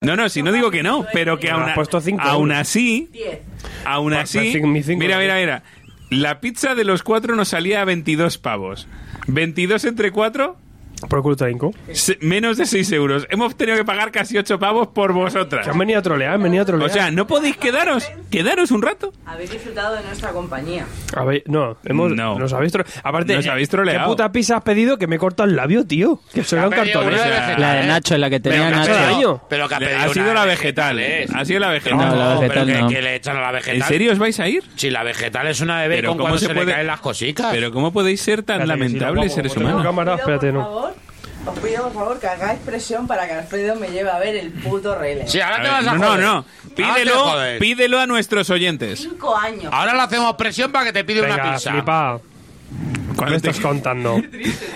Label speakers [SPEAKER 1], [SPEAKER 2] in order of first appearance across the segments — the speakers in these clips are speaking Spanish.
[SPEAKER 1] No, no, si no digo que no, pero que
[SPEAKER 2] Pero
[SPEAKER 1] aún,
[SPEAKER 2] has puesto cinco
[SPEAKER 1] aún
[SPEAKER 2] euros.
[SPEAKER 1] así, aún
[SPEAKER 2] Pues,
[SPEAKER 1] así,
[SPEAKER 2] pues, cinco- mis cinco
[SPEAKER 1] mira,
[SPEAKER 2] euros.
[SPEAKER 1] mira, mira, la pizza de los cuatro nos salía a 22 pavos. 22 entre 4,
[SPEAKER 2] Por culpa de Inco.
[SPEAKER 1] menos de 6 euros. Hemos tenido que pagar casi 8 pavos por vosotras.
[SPEAKER 2] Que han venido a trolear, han venido a
[SPEAKER 1] O
[SPEAKER 2] trolear.
[SPEAKER 1] sea, ¿no podéis quedaros? ¿Quedaros un rato?
[SPEAKER 3] Habéis disfrutado de nuestra compañía.
[SPEAKER 2] A ver, no, hemos,
[SPEAKER 1] No.
[SPEAKER 2] nos habéis troleado. Aparte,
[SPEAKER 1] Nos habéis
[SPEAKER 2] ¿qué
[SPEAKER 1] troleado.
[SPEAKER 2] puta pizza has pedido que me corta el labio, tío? Que soy un
[SPEAKER 4] pedido
[SPEAKER 2] cartón.
[SPEAKER 4] una
[SPEAKER 2] ¿eh?
[SPEAKER 4] vegetal,
[SPEAKER 5] La de
[SPEAKER 4] ¿eh?
[SPEAKER 5] Nacho, la que tenía
[SPEAKER 4] Pero que ha
[SPEAKER 5] Nacho.
[SPEAKER 2] hecho daño.
[SPEAKER 4] pedido- Pero que ha
[SPEAKER 1] Le-
[SPEAKER 4] pedido
[SPEAKER 1] ha
[SPEAKER 4] una
[SPEAKER 1] sido la vegetal,
[SPEAKER 4] vegetal,
[SPEAKER 1] ¿eh? Ha sido la vegetal.
[SPEAKER 5] No, la
[SPEAKER 4] No, pero
[SPEAKER 5] vegetal
[SPEAKER 4] que,
[SPEAKER 5] no.
[SPEAKER 4] que le echan a la vegetal.
[SPEAKER 1] ¿En serio os vais a ir?
[SPEAKER 4] Si la vegetal es una bebé,
[SPEAKER 1] Pero
[SPEAKER 4] ¿con
[SPEAKER 1] ¿cómo
[SPEAKER 4] cuándo
[SPEAKER 1] se
[SPEAKER 4] se,
[SPEAKER 1] puede-
[SPEAKER 4] le caen las cositas?
[SPEAKER 1] Pero ¿cómo podéis ser tan
[SPEAKER 2] Espérate, que si no,
[SPEAKER 1] lamentables
[SPEAKER 2] guapo,
[SPEAKER 1] seres
[SPEAKER 2] como tengo
[SPEAKER 1] humanos?
[SPEAKER 2] cámara,
[SPEAKER 3] Os pido,
[SPEAKER 2] espérate,
[SPEAKER 3] por
[SPEAKER 2] no.
[SPEAKER 3] favor, os pido, por favor, que hagáis presión para que Alfredo me lleve a ver el puto relé.
[SPEAKER 4] Sí,
[SPEAKER 2] ah.
[SPEAKER 4] ahora
[SPEAKER 1] A
[SPEAKER 4] te
[SPEAKER 1] ver,
[SPEAKER 4] vas a
[SPEAKER 1] no, no,
[SPEAKER 4] joder.
[SPEAKER 1] no.
[SPEAKER 4] Ahora te
[SPEAKER 1] Pídelo,
[SPEAKER 4] jodes.
[SPEAKER 1] pídelo a nuestros oyentes.
[SPEAKER 3] Cinco años.
[SPEAKER 2] Ah.
[SPEAKER 4] Ahora le hacemos presión para que te pide una
[SPEAKER 2] Venga,
[SPEAKER 4] pizza.
[SPEAKER 2] flipa. ¿Qué me
[SPEAKER 1] Cuando te-
[SPEAKER 2] estás contando?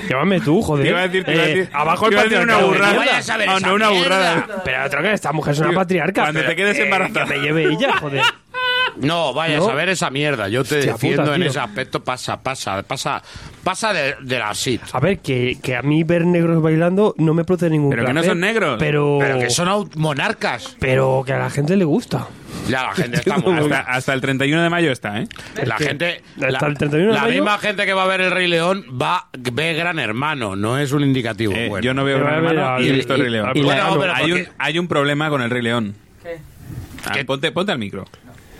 [SPEAKER 2] Llévame tú, joder.
[SPEAKER 1] Te iba a decir, te iba a
[SPEAKER 2] Eh,
[SPEAKER 1] decir-
[SPEAKER 2] abajo el
[SPEAKER 1] te iba a decir
[SPEAKER 2] patriarcado.
[SPEAKER 1] una
[SPEAKER 2] de
[SPEAKER 1] burrada.
[SPEAKER 2] mierda.
[SPEAKER 4] Vaya a saber
[SPEAKER 1] Ah,
[SPEAKER 4] esa
[SPEAKER 1] no, una
[SPEAKER 4] mierda.
[SPEAKER 1] burrada.
[SPEAKER 2] Pero otro que esta mujer es una patriarca.
[SPEAKER 1] Cuando te
[SPEAKER 2] pero-
[SPEAKER 1] quedes
[SPEAKER 2] eh,
[SPEAKER 1] embarazada.
[SPEAKER 2] que me lleve ella, joder.
[SPEAKER 4] No, vaya
[SPEAKER 2] ¿No?
[SPEAKER 4] a saber esa mierda. Yo te
[SPEAKER 2] Hostia
[SPEAKER 4] defiendo
[SPEAKER 2] puta,
[SPEAKER 4] en
[SPEAKER 2] tío.
[SPEAKER 4] ese aspecto. Pasa, pasa, pasa. Pasa de, de la sit.
[SPEAKER 2] A ver, que, que a mí ver negros bailando no me produce ningún
[SPEAKER 1] Pero que no
[SPEAKER 2] placer,
[SPEAKER 1] son negros.
[SPEAKER 2] Pero,
[SPEAKER 4] Pero que son au- monarcas.
[SPEAKER 2] pero que a la gente le gusta.
[SPEAKER 4] Ya, la gente está
[SPEAKER 1] Hasta,
[SPEAKER 4] monarca.
[SPEAKER 1] hasta el 31 de mayo está, ¿eh?
[SPEAKER 4] La
[SPEAKER 2] Es que
[SPEAKER 4] gente.
[SPEAKER 2] hasta
[SPEAKER 4] la-
[SPEAKER 2] el 31 de
[SPEAKER 4] la
[SPEAKER 2] mayo-
[SPEAKER 4] misma gente que va a ver el Rey León va ve Gran Hermano. No es un indicativo.
[SPEAKER 1] Eh,
[SPEAKER 4] bueno.
[SPEAKER 1] yo no veo
[SPEAKER 2] Pero
[SPEAKER 1] Gran
[SPEAKER 2] a ver,
[SPEAKER 1] Hermano
[SPEAKER 2] al-
[SPEAKER 1] y he visto el Rey
[SPEAKER 5] y-
[SPEAKER 1] León.
[SPEAKER 5] y la-
[SPEAKER 4] Bueno, pero
[SPEAKER 1] hay, un,
[SPEAKER 4] porque-
[SPEAKER 1] hay un problema con el Rey León.
[SPEAKER 3] ¿Qué?
[SPEAKER 1] Ah,
[SPEAKER 4] ¿Qué?
[SPEAKER 1] ponte, ponte al micro.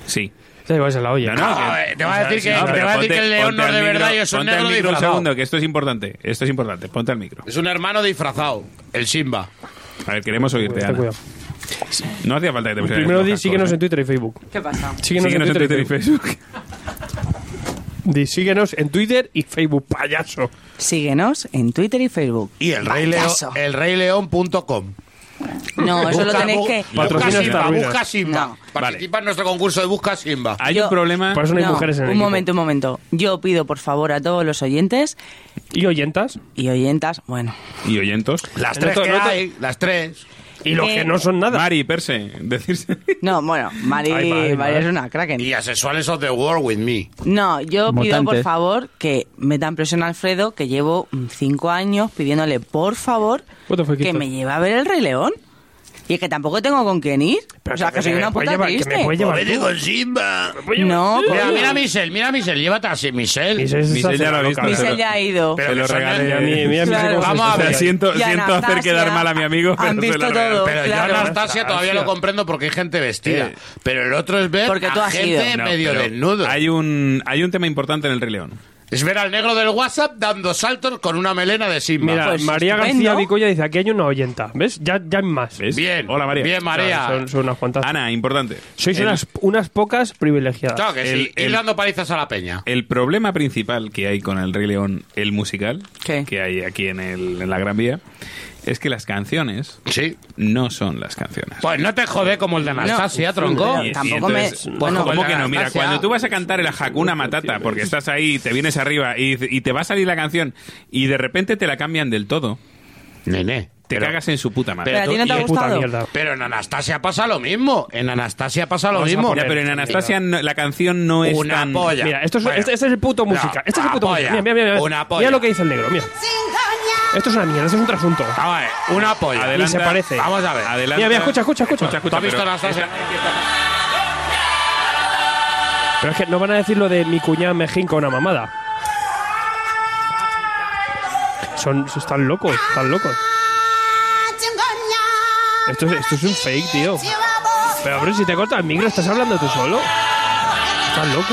[SPEAKER 1] Sí.
[SPEAKER 2] Ya ibas a la olla.
[SPEAKER 1] No, no,
[SPEAKER 4] No,
[SPEAKER 1] que-
[SPEAKER 4] eh, te va a decir que,
[SPEAKER 1] No,
[SPEAKER 4] te
[SPEAKER 1] pero
[SPEAKER 4] va a decir
[SPEAKER 1] ponte-
[SPEAKER 4] que el león
[SPEAKER 1] ponte
[SPEAKER 4] no es
[SPEAKER 1] al
[SPEAKER 4] de
[SPEAKER 1] micro-
[SPEAKER 4] verdad y es un
[SPEAKER 1] ponte al
[SPEAKER 4] negro
[SPEAKER 1] micro un
[SPEAKER 4] disfrazado.
[SPEAKER 1] segundo, que esto es importante. Esto es importante. Ponte al micro.
[SPEAKER 4] Es un hermano disfrazado. El Simba.
[SPEAKER 1] A ver, queremos oírte,
[SPEAKER 2] Ten
[SPEAKER 1] Ana.
[SPEAKER 2] cuidado.
[SPEAKER 1] No hacía falta que te pusieras
[SPEAKER 2] Primero
[SPEAKER 1] los
[SPEAKER 2] di,
[SPEAKER 1] cascos,
[SPEAKER 2] síguenos
[SPEAKER 1] ¿eh?
[SPEAKER 2] en Twitter y Facebook.
[SPEAKER 3] ¿Qué pasa?
[SPEAKER 2] Síguenos,
[SPEAKER 1] Síguenos en Twitter y Facebook.
[SPEAKER 2] Facebook. Di, síguenos en Twitter y Facebook, payaso.
[SPEAKER 6] Síguenos en Twitter y Facebook.
[SPEAKER 4] Y el Rey León.
[SPEAKER 6] Payaso.
[SPEAKER 2] eh,
[SPEAKER 4] El Rey León.com.
[SPEAKER 6] No, eso lo
[SPEAKER 4] Busca-
[SPEAKER 6] tenéis
[SPEAKER 4] bu-
[SPEAKER 6] que...
[SPEAKER 4] Busca
[SPEAKER 2] Patrocina
[SPEAKER 4] Simba,
[SPEAKER 2] esta ruina.
[SPEAKER 4] busca Simba.
[SPEAKER 6] No.
[SPEAKER 4] Participa en nuestro concurso de Busca Simba.
[SPEAKER 1] Hay
[SPEAKER 6] Yo-
[SPEAKER 1] un problema.
[SPEAKER 2] Por eso no hay
[SPEAKER 6] Ah, No,
[SPEAKER 2] mujeres en el
[SPEAKER 6] un
[SPEAKER 2] equipo.
[SPEAKER 6] momento, un momento. Yo pido por favor a todos los oyentes
[SPEAKER 2] Y oyentas.
[SPEAKER 6] y oyentas, bueno,
[SPEAKER 1] Y oyentos.
[SPEAKER 4] Las
[SPEAKER 2] No
[SPEAKER 4] tres
[SPEAKER 2] te-
[SPEAKER 4] que
[SPEAKER 2] no te-
[SPEAKER 4] hay, las tres.
[SPEAKER 2] Y los
[SPEAKER 6] Eh,
[SPEAKER 2] que no son nada.
[SPEAKER 1] Mari, Perse, decirse.
[SPEAKER 6] no, bueno, Mari,
[SPEAKER 2] Ay, Mari,
[SPEAKER 6] Mari
[SPEAKER 2] Mari.
[SPEAKER 6] es una crack.
[SPEAKER 4] Y asexuales of the world with me.
[SPEAKER 6] No, yo pido por
[SPEAKER 5] Mutantes.
[SPEAKER 6] favor que metan presión a Alfredo, que llevo mm, cinco años pidiéndole por favor
[SPEAKER 2] What the fuck is
[SPEAKER 6] que
[SPEAKER 2] that?
[SPEAKER 6] me lleve a ver el Rey León. Y es que tampoco tengo con quién ir.
[SPEAKER 2] Pero
[SPEAKER 6] o sea,
[SPEAKER 2] que
[SPEAKER 6] que,
[SPEAKER 2] me-
[SPEAKER 6] soy una
[SPEAKER 2] me puede
[SPEAKER 6] puta
[SPEAKER 2] llevar- que me
[SPEAKER 6] triste.
[SPEAKER 2] puede llevar- Vete
[SPEAKER 4] con Simba.
[SPEAKER 6] No,
[SPEAKER 4] Mira,
[SPEAKER 6] coño.
[SPEAKER 4] mira a Michelle, mira a Michelle, llévate así, Michelle.
[SPEAKER 2] Y se- se
[SPEAKER 1] Michelle
[SPEAKER 2] hace
[SPEAKER 1] ya lo
[SPEAKER 2] la
[SPEAKER 1] ha
[SPEAKER 2] loca.
[SPEAKER 1] visto.
[SPEAKER 6] Michelle ya ha ido.
[SPEAKER 4] Pero
[SPEAKER 1] Te lo
[SPEAKER 4] que son-
[SPEAKER 1] regalé.
[SPEAKER 2] Mira, mira, mira, mira
[SPEAKER 6] Claro.
[SPEAKER 2] cómo se
[SPEAKER 4] Vamos a
[SPEAKER 2] está.
[SPEAKER 1] O sea,
[SPEAKER 4] ver.
[SPEAKER 1] siento,
[SPEAKER 6] Y
[SPEAKER 1] siento hacer
[SPEAKER 6] Anastasia.
[SPEAKER 1] quedar mal a mi amigo, pero se
[SPEAKER 6] Han
[SPEAKER 1] lo
[SPEAKER 6] visto
[SPEAKER 1] regalé.
[SPEAKER 6] todo.
[SPEAKER 4] Pero
[SPEAKER 6] Claro.
[SPEAKER 4] yo a Anastasia todavía lo comprendo porque hay gente vestida.
[SPEAKER 1] Sí.
[SPEAKER 4] Pero el otro es ver
[SPEAKER 6] Porque tú
[SPEAKER 4] a
[SPEAKER 6] has
[SPEAKER 4] gente
[SPEAKER 6] ido.
[SPEAKER 1] Eh. No,
[SPEAKER 4] medio
[SPEAKER 1] pero
[SPEAKER 4] desnudo.
[SPEAKER 1] Hay un, hay un tema importante en el Rey León.
[SPEAKER 4] Es ver al negro del WhatsApp dando saltos con una melena de Simba.
[SPEAKER 2] Mira,
[SPEAKER 6] Pues
[SPEAKER 2] María
[SPEAKER 6] estupendo.
[SPEAKER 2] García Vicoya dice, aquí hay una oyenta. ¿Ves? Ya, ya hay más.
[SPEAKER 1] ¿Ves?
[SPEAKER 4] Bien.
[SPEAKER 1] Hola, María.
[SPEAKER 4] Bien, María.
[SPEAKER 2] O sea, Son, son unas cuantas.
[SPEAKER 1] Ana, importante.
[SPEAKER 2] Sois
[SPEAKER 1] el,
[SPEAKER 2] unas, unas pocas privilegiadas.
[SPEAKER 4] Claro que sí.
[SPEAKER 1] el-
[SPEAKER 4] Ir
[SPEAKER 1] el-
[SPEAKER 4] dando palizas a la peña.
[SPEAKER 1] el problema principal que hay con el Rey León, el musical,
[SPEAKER 6] ¿Qué?
[SPEAKER 1] que hay aquí en, el, en la Gran Vía, es que las canciones
[SPEAKER 4] Sí.
[SPEAKER 1] no son las canciones.
[SPEAKER 4] Pues no te jode como el de Anastasia, tronco.
[SPEAKER 6] Y- tampoco me-
[SPEAKER 1] pues,
[SPEAKER 6] bueno.
[SPEAKER 1] ¿cómo que no? Mira,
[SPEAKER 4] Anastasia.
[SPEAKER 1] cuando tú vas a cantar el Hakuna Matata, porque estás ahí, te vienes arriba y, y te va a salir la canción y de repente te la cambian del todo,
[SPEAKER 4] Nene.
[SPEAKER 1] te
[SPEAKER 4] pero-
[SPEAKER 1] cagas en su puta madre.
[SPEAKER 6] Pero a ti no te ha
[SPEAKER 2] Qué puta
[SPEAKER 6] gustado.
[SPEAKER 2] mierda.
[SPEAKER 4] Pero en Anastasia pasa lo mismo. En Anastasia pasa lo
[SPEAKER 2] Vamos a
[SPEAKER 4] mismo.
[SPEAKER 2] poner-
[SPEAKER 1] Ya, pero en Anastasia no- la canción no es
[SPEAKER 4] Una
[SPEAKER 1] tan...
[SPEAKER 4] polla.
[SPEAKER 2] Mira, esto es,
[SPEAKER 4] Bueno.
[SPEAKER 2] este, este es el puto
[SPEAKER 4] Una
[SPEAKER 2] música. Este es el puto
[SPEAKER 4] polla.
[SPEAKER 2] música. Mira, mira, mira. mira.
[SPEAKER 4] Una polla.
[SPEAKER 2] Mira lo que dice el negro, mira. Esto es una mierda, esto es un trasunto.
[SPEAKER 1] Ah,
[SPEAKER 4] Vamos a ver, una polla.
[SPEAKER 2] Adelanta. se parece.
[SPEAKER 4] Vamos a ver.
[SPEAKER 1] Adelanta.
[SPEAKER 2] Mira, mira, escucha, escucha, escucha.
[SPEAKER 4] ¿Tú has visto
[SPEAKER 1] pero-
[SPEAKER 4] Anastasia?
[SPEAKER 2] Pero es que no van a decir lo de mi cuñada mejín con una mamada. Son, son- están locos, están locos. Esto es, esto es un fake, tío. Pero, hombre, si te cortas el micro, ¿estás hablando tú solo? Estás loco.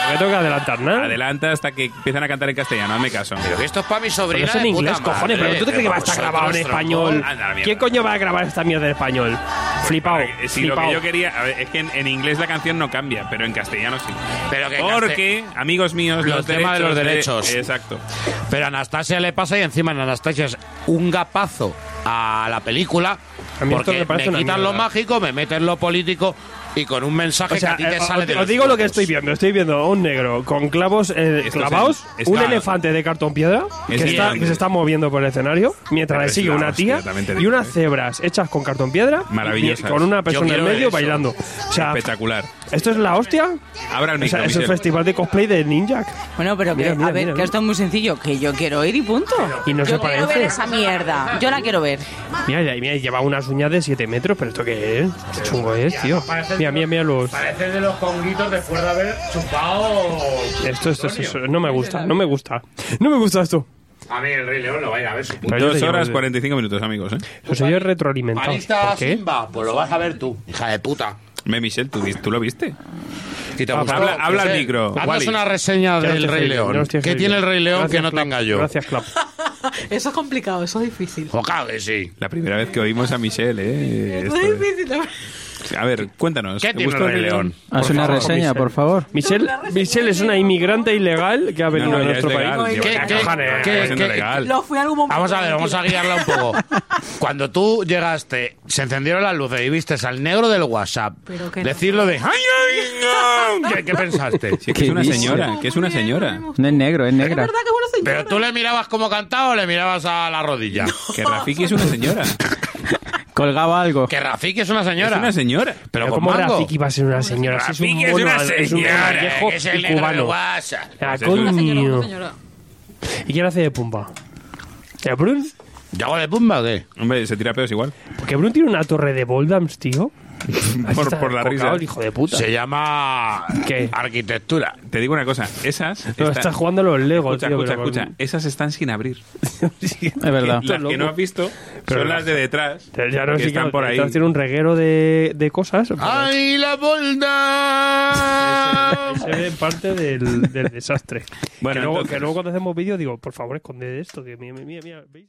[SPEAKER 2] ¿Por qué tengo que adelantar nada?
[SPEAKER 1] Adelanta hasta que empiezan a cantar en castellano, hazme caso.
[SPEAKER 4] Pero que esto es para mi
[SPEAKER 2] Pero
[SPEAKER 4] sobrina.
[SPEAKER 2] es en
[SPEAKER 4] de puta
[SPEAKER 2] inglés,
[SPEAKER 4] madre.
[SPEAKER 2] cojones. Pero tú te crees que va a estar
[SPEAKER 4] Vosotros,
[SPEAKER 2] grabado en
[SPEAKER 4] tronco.
[SPEAKER 2] español.
[SPEAKER 1] Anda a la mierda.
[SPEAKER 2] ¿Quién coño va a grabar esta mierda en español? Flipao.
[SPEAKER 1] Eh, Sí, lo
[SPEAKER 2] flipao.
[SPEAKER 1] que yo quería... a ver, es que en, en inglés la canción no cambia, pero en castellano sí.
[SPEAKER 4] Pero que en
[SPEAKER 1] Porque, amigos míos,
[SPEAKER 4] Los
[SPEAKER 1] los
[SPEAKER 4] temas de los derechos.
[SPEAKER 1] Exacto.
[SPEAKER 4] Pero a Anastasia le pasa y encima en Anastasia es un gapazo a la película.
[SPEAKER 2] A mí esto
[SPEAKER 4] Porque
[SPEAKER 2] me
[SPEAKER 4] me
[SPEAKER 2] parece una
[SPEAKER 4] quitan lo
[SPEAKER 2] mierda.
[SPEAKER 4] mágico, me meten lo político y con un mensaje
[SPEAKER 2] O sea,
[SPEAKER 4] que a ti
[SPEAKER 2] eh,
[SPEAKER 4] te
[SPEAKER 2] os-
[SPEAKER 4] sale de
[SPEAKER 2] os,
[SPEAKER 4] los
[SPEAKER 2] digo lo que
[SPEAKER 4] huevos.
[SPEAKER 2] estoy viendo. Estoy viendo a un negro con clavos eh,
[SPEAKER 1] Esto
[SPEAKER 2] clavados,
[SPEAKER 1] Este es el-
[SPEAKER 2] un
[SPEAKER 1] está-
[SPEAKER 2] elefante de cartón piedra que,
[SPEAKER 1] Es el-
[SPEAKER 2] está- que se está moviendo por el escenario, mientras
[SPEAKER 1] Pero
[SPEAKER 2] le
[SPEAKER 1] es
[SPEAKER 2] sigue
[SPEAKER 1] la
[SPEAKER 2] una
[SPEAKER 1] hostia,
[SPEAKER 2] tía
[SPEAKER 1] también te
[SPEAKER 2] y
[SPEAKER 1] digo,
[SPEAKER 2] unas
[SPEAKER 1] ¿eh?
[SPEAKER 2] cebras hechas con cartón piedra,
[SPEAKER 1] Maravillosas.
[SPEAKER 2] y con una
[SPEAKER 1] Yo
[SPEAKER 2] persona en
[SPEAKER 4] quiero
[SPEAKER 2] medio
[SPEAKER 4] eso.
[SPEAKER 2] bailando. O sea,
[SPEAKER 1] Espectacular.
[SPEAKER 2] esto es la hostia.
[SPEAKER 1] Habrá un
[SPEAKER 2] O sea,
[SPEAKER 1] micro,
[SPEAKER 2] es el
[SPEAKER 1] Michel.
[SPEAKER 2] festival de cosplay de Ninja.
[SPEAKER 6] Bueno, pero que,
[SPEAKER 2] Mira, mira,
[SPEAKER 6] a ver,
[SPEAKER 2] mira,
[SPEAKER 6] que
[SPEAKER 2] mira.
[SPEAKER 6] esto es muy sencillo, que yo quiero ir y punto.
[SPEAKER 2] Y no
[SPEAKER 6] yo
[SPEAKER 2] se
[SPEAKER 6] quiero ver
[SPEAKER 2] parece.
[SPEAKER 6] esa mierda, yo la quiero ver.
[SPEAKER 2] Mira, ya- mira, lleva unas uñas de 7 metros, pero esto qué es? Qué chungo es, tío. Mira, mira, mira los.
[SPEAKER 5] Parece de los conguitos después de haber chupado.
[SPEAKER 2] Esto, esto, esto, esto- no me gusta, no me gusta. No me gusta esto.
[SPEAKER 5] A mí el Rey León lo vaya a ver. su puta-
[SPEAKER 2] Pero yo te
[SPEAKER 1] Dos
[SPEAKER 2] llevo
[SPEAKER 1] horas
[SPEAKER 2] de-
[SPEAKER 1] 45 minutos, amigos. ¿eh?
[SPEAKER 2] Los sellos retroalimentados.
[SPEAKER 4] Arista
[SPEAKER 2] ¿Por qué?
[SPEAKER 4] Simba, pues lo vas a ver tú, hija de puta.
[SPEAKER 1] Me, Michel, ¿tú, vi- tú lo viste?
[SPEAKER 4] Si te
[SPEAKER 2] Ah,
[SPEAKER 4] gustó,
[SPEAKER 1] habla- habla al
[SPEAKER 4] José,
[SPEAKER 1] micro,
[SPEAKER 4] Haznos
[SPEAKER 1] Wally.
[SPEAKER 4] una reseña
[SPEAKER 2] Ya no
[SPEAKER 4] del
[SPEAKER 2] estoy
[SPEAKER 4] Rey
[SPEAKER 2] feliz, ya no
[SPEAKER 4] León.
[SPEAKER 2] estoy
[SPEAKER 4] ¿Qué
[SPEAKER 2] feliz.
[SPEAKER 4] tiene el Rey León
[SPEAKER 2] Gracias,
[SPEAKER 4] que no
[SPEAKER 2] Clap.
[SPEAKER 4] tenga yo?
[SPEAKER 2] Gracias, Clap.
[SPEAKER 7] Eso es complicado, eso es difícil.
[SPEAKER 4] O claro que sí.
[SPEAKER 1] La primera vez que oímos a Michel, ¿eh?
[SPEAKER 7] Eso
[SPEAKER 1] Esto
[SPEAKER 7] es
[SPEAKER 1] es-
[SPEAKER 7] difícil. la verdad.
[SPEAKER 1] A ver, cuéntanos.
[SPEAKER 4] ¿Qué
[SPEAKER 1] ¿te
[SPEAKER 4] tiene
[SPEAKER 1] gustó
[SPEAKER 4] el Rey León?
[SPEAKER 8] Haz una reseña, por favor.
[SPEAKER 2] Michelle, Michelle es una inmigrante ilegal que ha venido
[SPEAKER 1] No, no,
[SPEAKER 2] a
[SPEAKER 1] ya
[SPEAKER 2] nuestro
[SPEAKER 1] es
[SPEAKER 2] país.
[SPEAKER 1] legal,
[SPEAKER 7] país.
[SPEAKER 1] lleva-
[SPEAKER 7] ¿Qué-
[SPEAKER 1] ya
[SPEAKER 4] qué-
[SPEAKER 1] cojones,
[SPEAKER 4] qué-
[SPEAKER 1] lleva siendo
[SPEAKER 4] qué-
[SPEAKER 1] legal.
[SPEAKER 7] Lo fui a algún momento.
[SPEAKER 4] Vamos a ver, vamos a
[SPEAKER 7] tranquilo.
[SPEAKER 4] guiarla un poco. Cuando tú llegaste, se encendieron las luces y viste al negro del WhatsApp
[SPEAKER 7] Pero que no.
[SPEAKER 4] decirlo de ¡Ay, ay, no! ¿Qué, qué pensaste?
[SPEAKER 1] Sí, que es
[SPEAKER 8] ¿Qué
[SPEAKER 1] una
[SPEAKER 8] dice?
[SPEAKER 1] señora, que es una
[SPEAKER 7] Muy bien,
[SPEAKER 1] señora.
[SPEAKER 7] muy bien.
[SPEAKER 8] No es negro, es
[SPEAKER 7] Es
[SPEAKER 8] negra.
[SPEAKER 7] verdad que bueno, señora.
[SPEAKER 4] ¿Pero tú le mirabas como cantaba o le mirabas a la rodilla?
[SPEAKER 1] Que Rafiki es una señora.
[SPEAKER 8] Colgaba algo.
[SPEAKER 4] Que Rafiki es una
[SPEAKER 1] Es
[SPEAKER 4] señora.
[SPEAKER 1] una señora.
[SPEAKER 4] Pero con
[SPEAKER 2] ¿Cómo
[SPEAKER 4] mango.
[SPEAKER 2] Rafiki va a ser una señora? Si es un
[SPEAKER 4] Rafiki es
[SPEAKER 2] mono,
[SPEAKER 4] una
[SPEAKER 2] es un mono
[SPEAKER 4] señora,
[SPEAKER 2] viejo
[SPEAKER 4] que es el
[SPEAKER 2] y
[SPEAKER 4] negro del
[SPEAKER 2] cubano.
[SPEAKER 4] WhatsApp.
[SPEAKER 2] Ah,
[SPEAKER 1] Pues eso.
[SPEAKER 2] coño.
[SPEAKER 7] Señora.
[SPEAKER 2] ¿Y quién hace de Pumba? ¿Ya Brun?
[SPEAKER 4] ¿Yo hago de pumba o qué?
[SPEAKER 1] Hombre, se tira pedos igual.
[SPEAKER 2] Porque Brun tiene una torre de Voldams, tío. Así
[SPEAKER 1] Por,
[SPEAKER 2] está
[SPEAKER 1] por la
[SPEAKER 2] cocao
[SPEAKER 1] risa.
[SPEAKER 2] el hijo de puta.
[SPEAKER 4] Se llama
[SPEAKER 2] ¿Qué?
[SPEAKER 4] arquitectura.
[SPEAKER 1] Te digo una cosa, esas.
[SPEAKER 2] No,
[SPEAKER 1] están-
[SPEAKER 2] está jugando a los Legos,
[SPEAKER 1] Escucha,
[SPEAKER 2] tío.
[SPEAKER 1] escucha,
[SPEAKER 2] pero-
[SPEAKER 1] escucha. Esas están sin abrir.
[SPEAKER 8] Es verdad.
[SPEAKER 1] Las que no has visto
[SPEAKER 2] Pero-
[SPEAKER 1] son las de detrás.
[SPEAKER 2] Ya no
[SPEAKER 1] que
[SPEAKER 2] sé
[SPEAKER 1] están
[SPEAKER 2] qué-
[SPEAKER 1] por ahí. Ah,
[SPEAKER 2] entonces tiene un reguero de, de cosas. pero
[SPEAKER 4] ¡Ay, la bolda!
[SPEAKER 2] Se ve parte del, del desastre.
[SPEAKER 1] Ah. Bueno,
[SPEAKER 2] que, luego,
[SPEAKER 1] entonces-
[SPEAKER 2] que luego cuando hacemos vídeo digo, por favor, esconde esto. Que mira, mira, mira, ¿veis?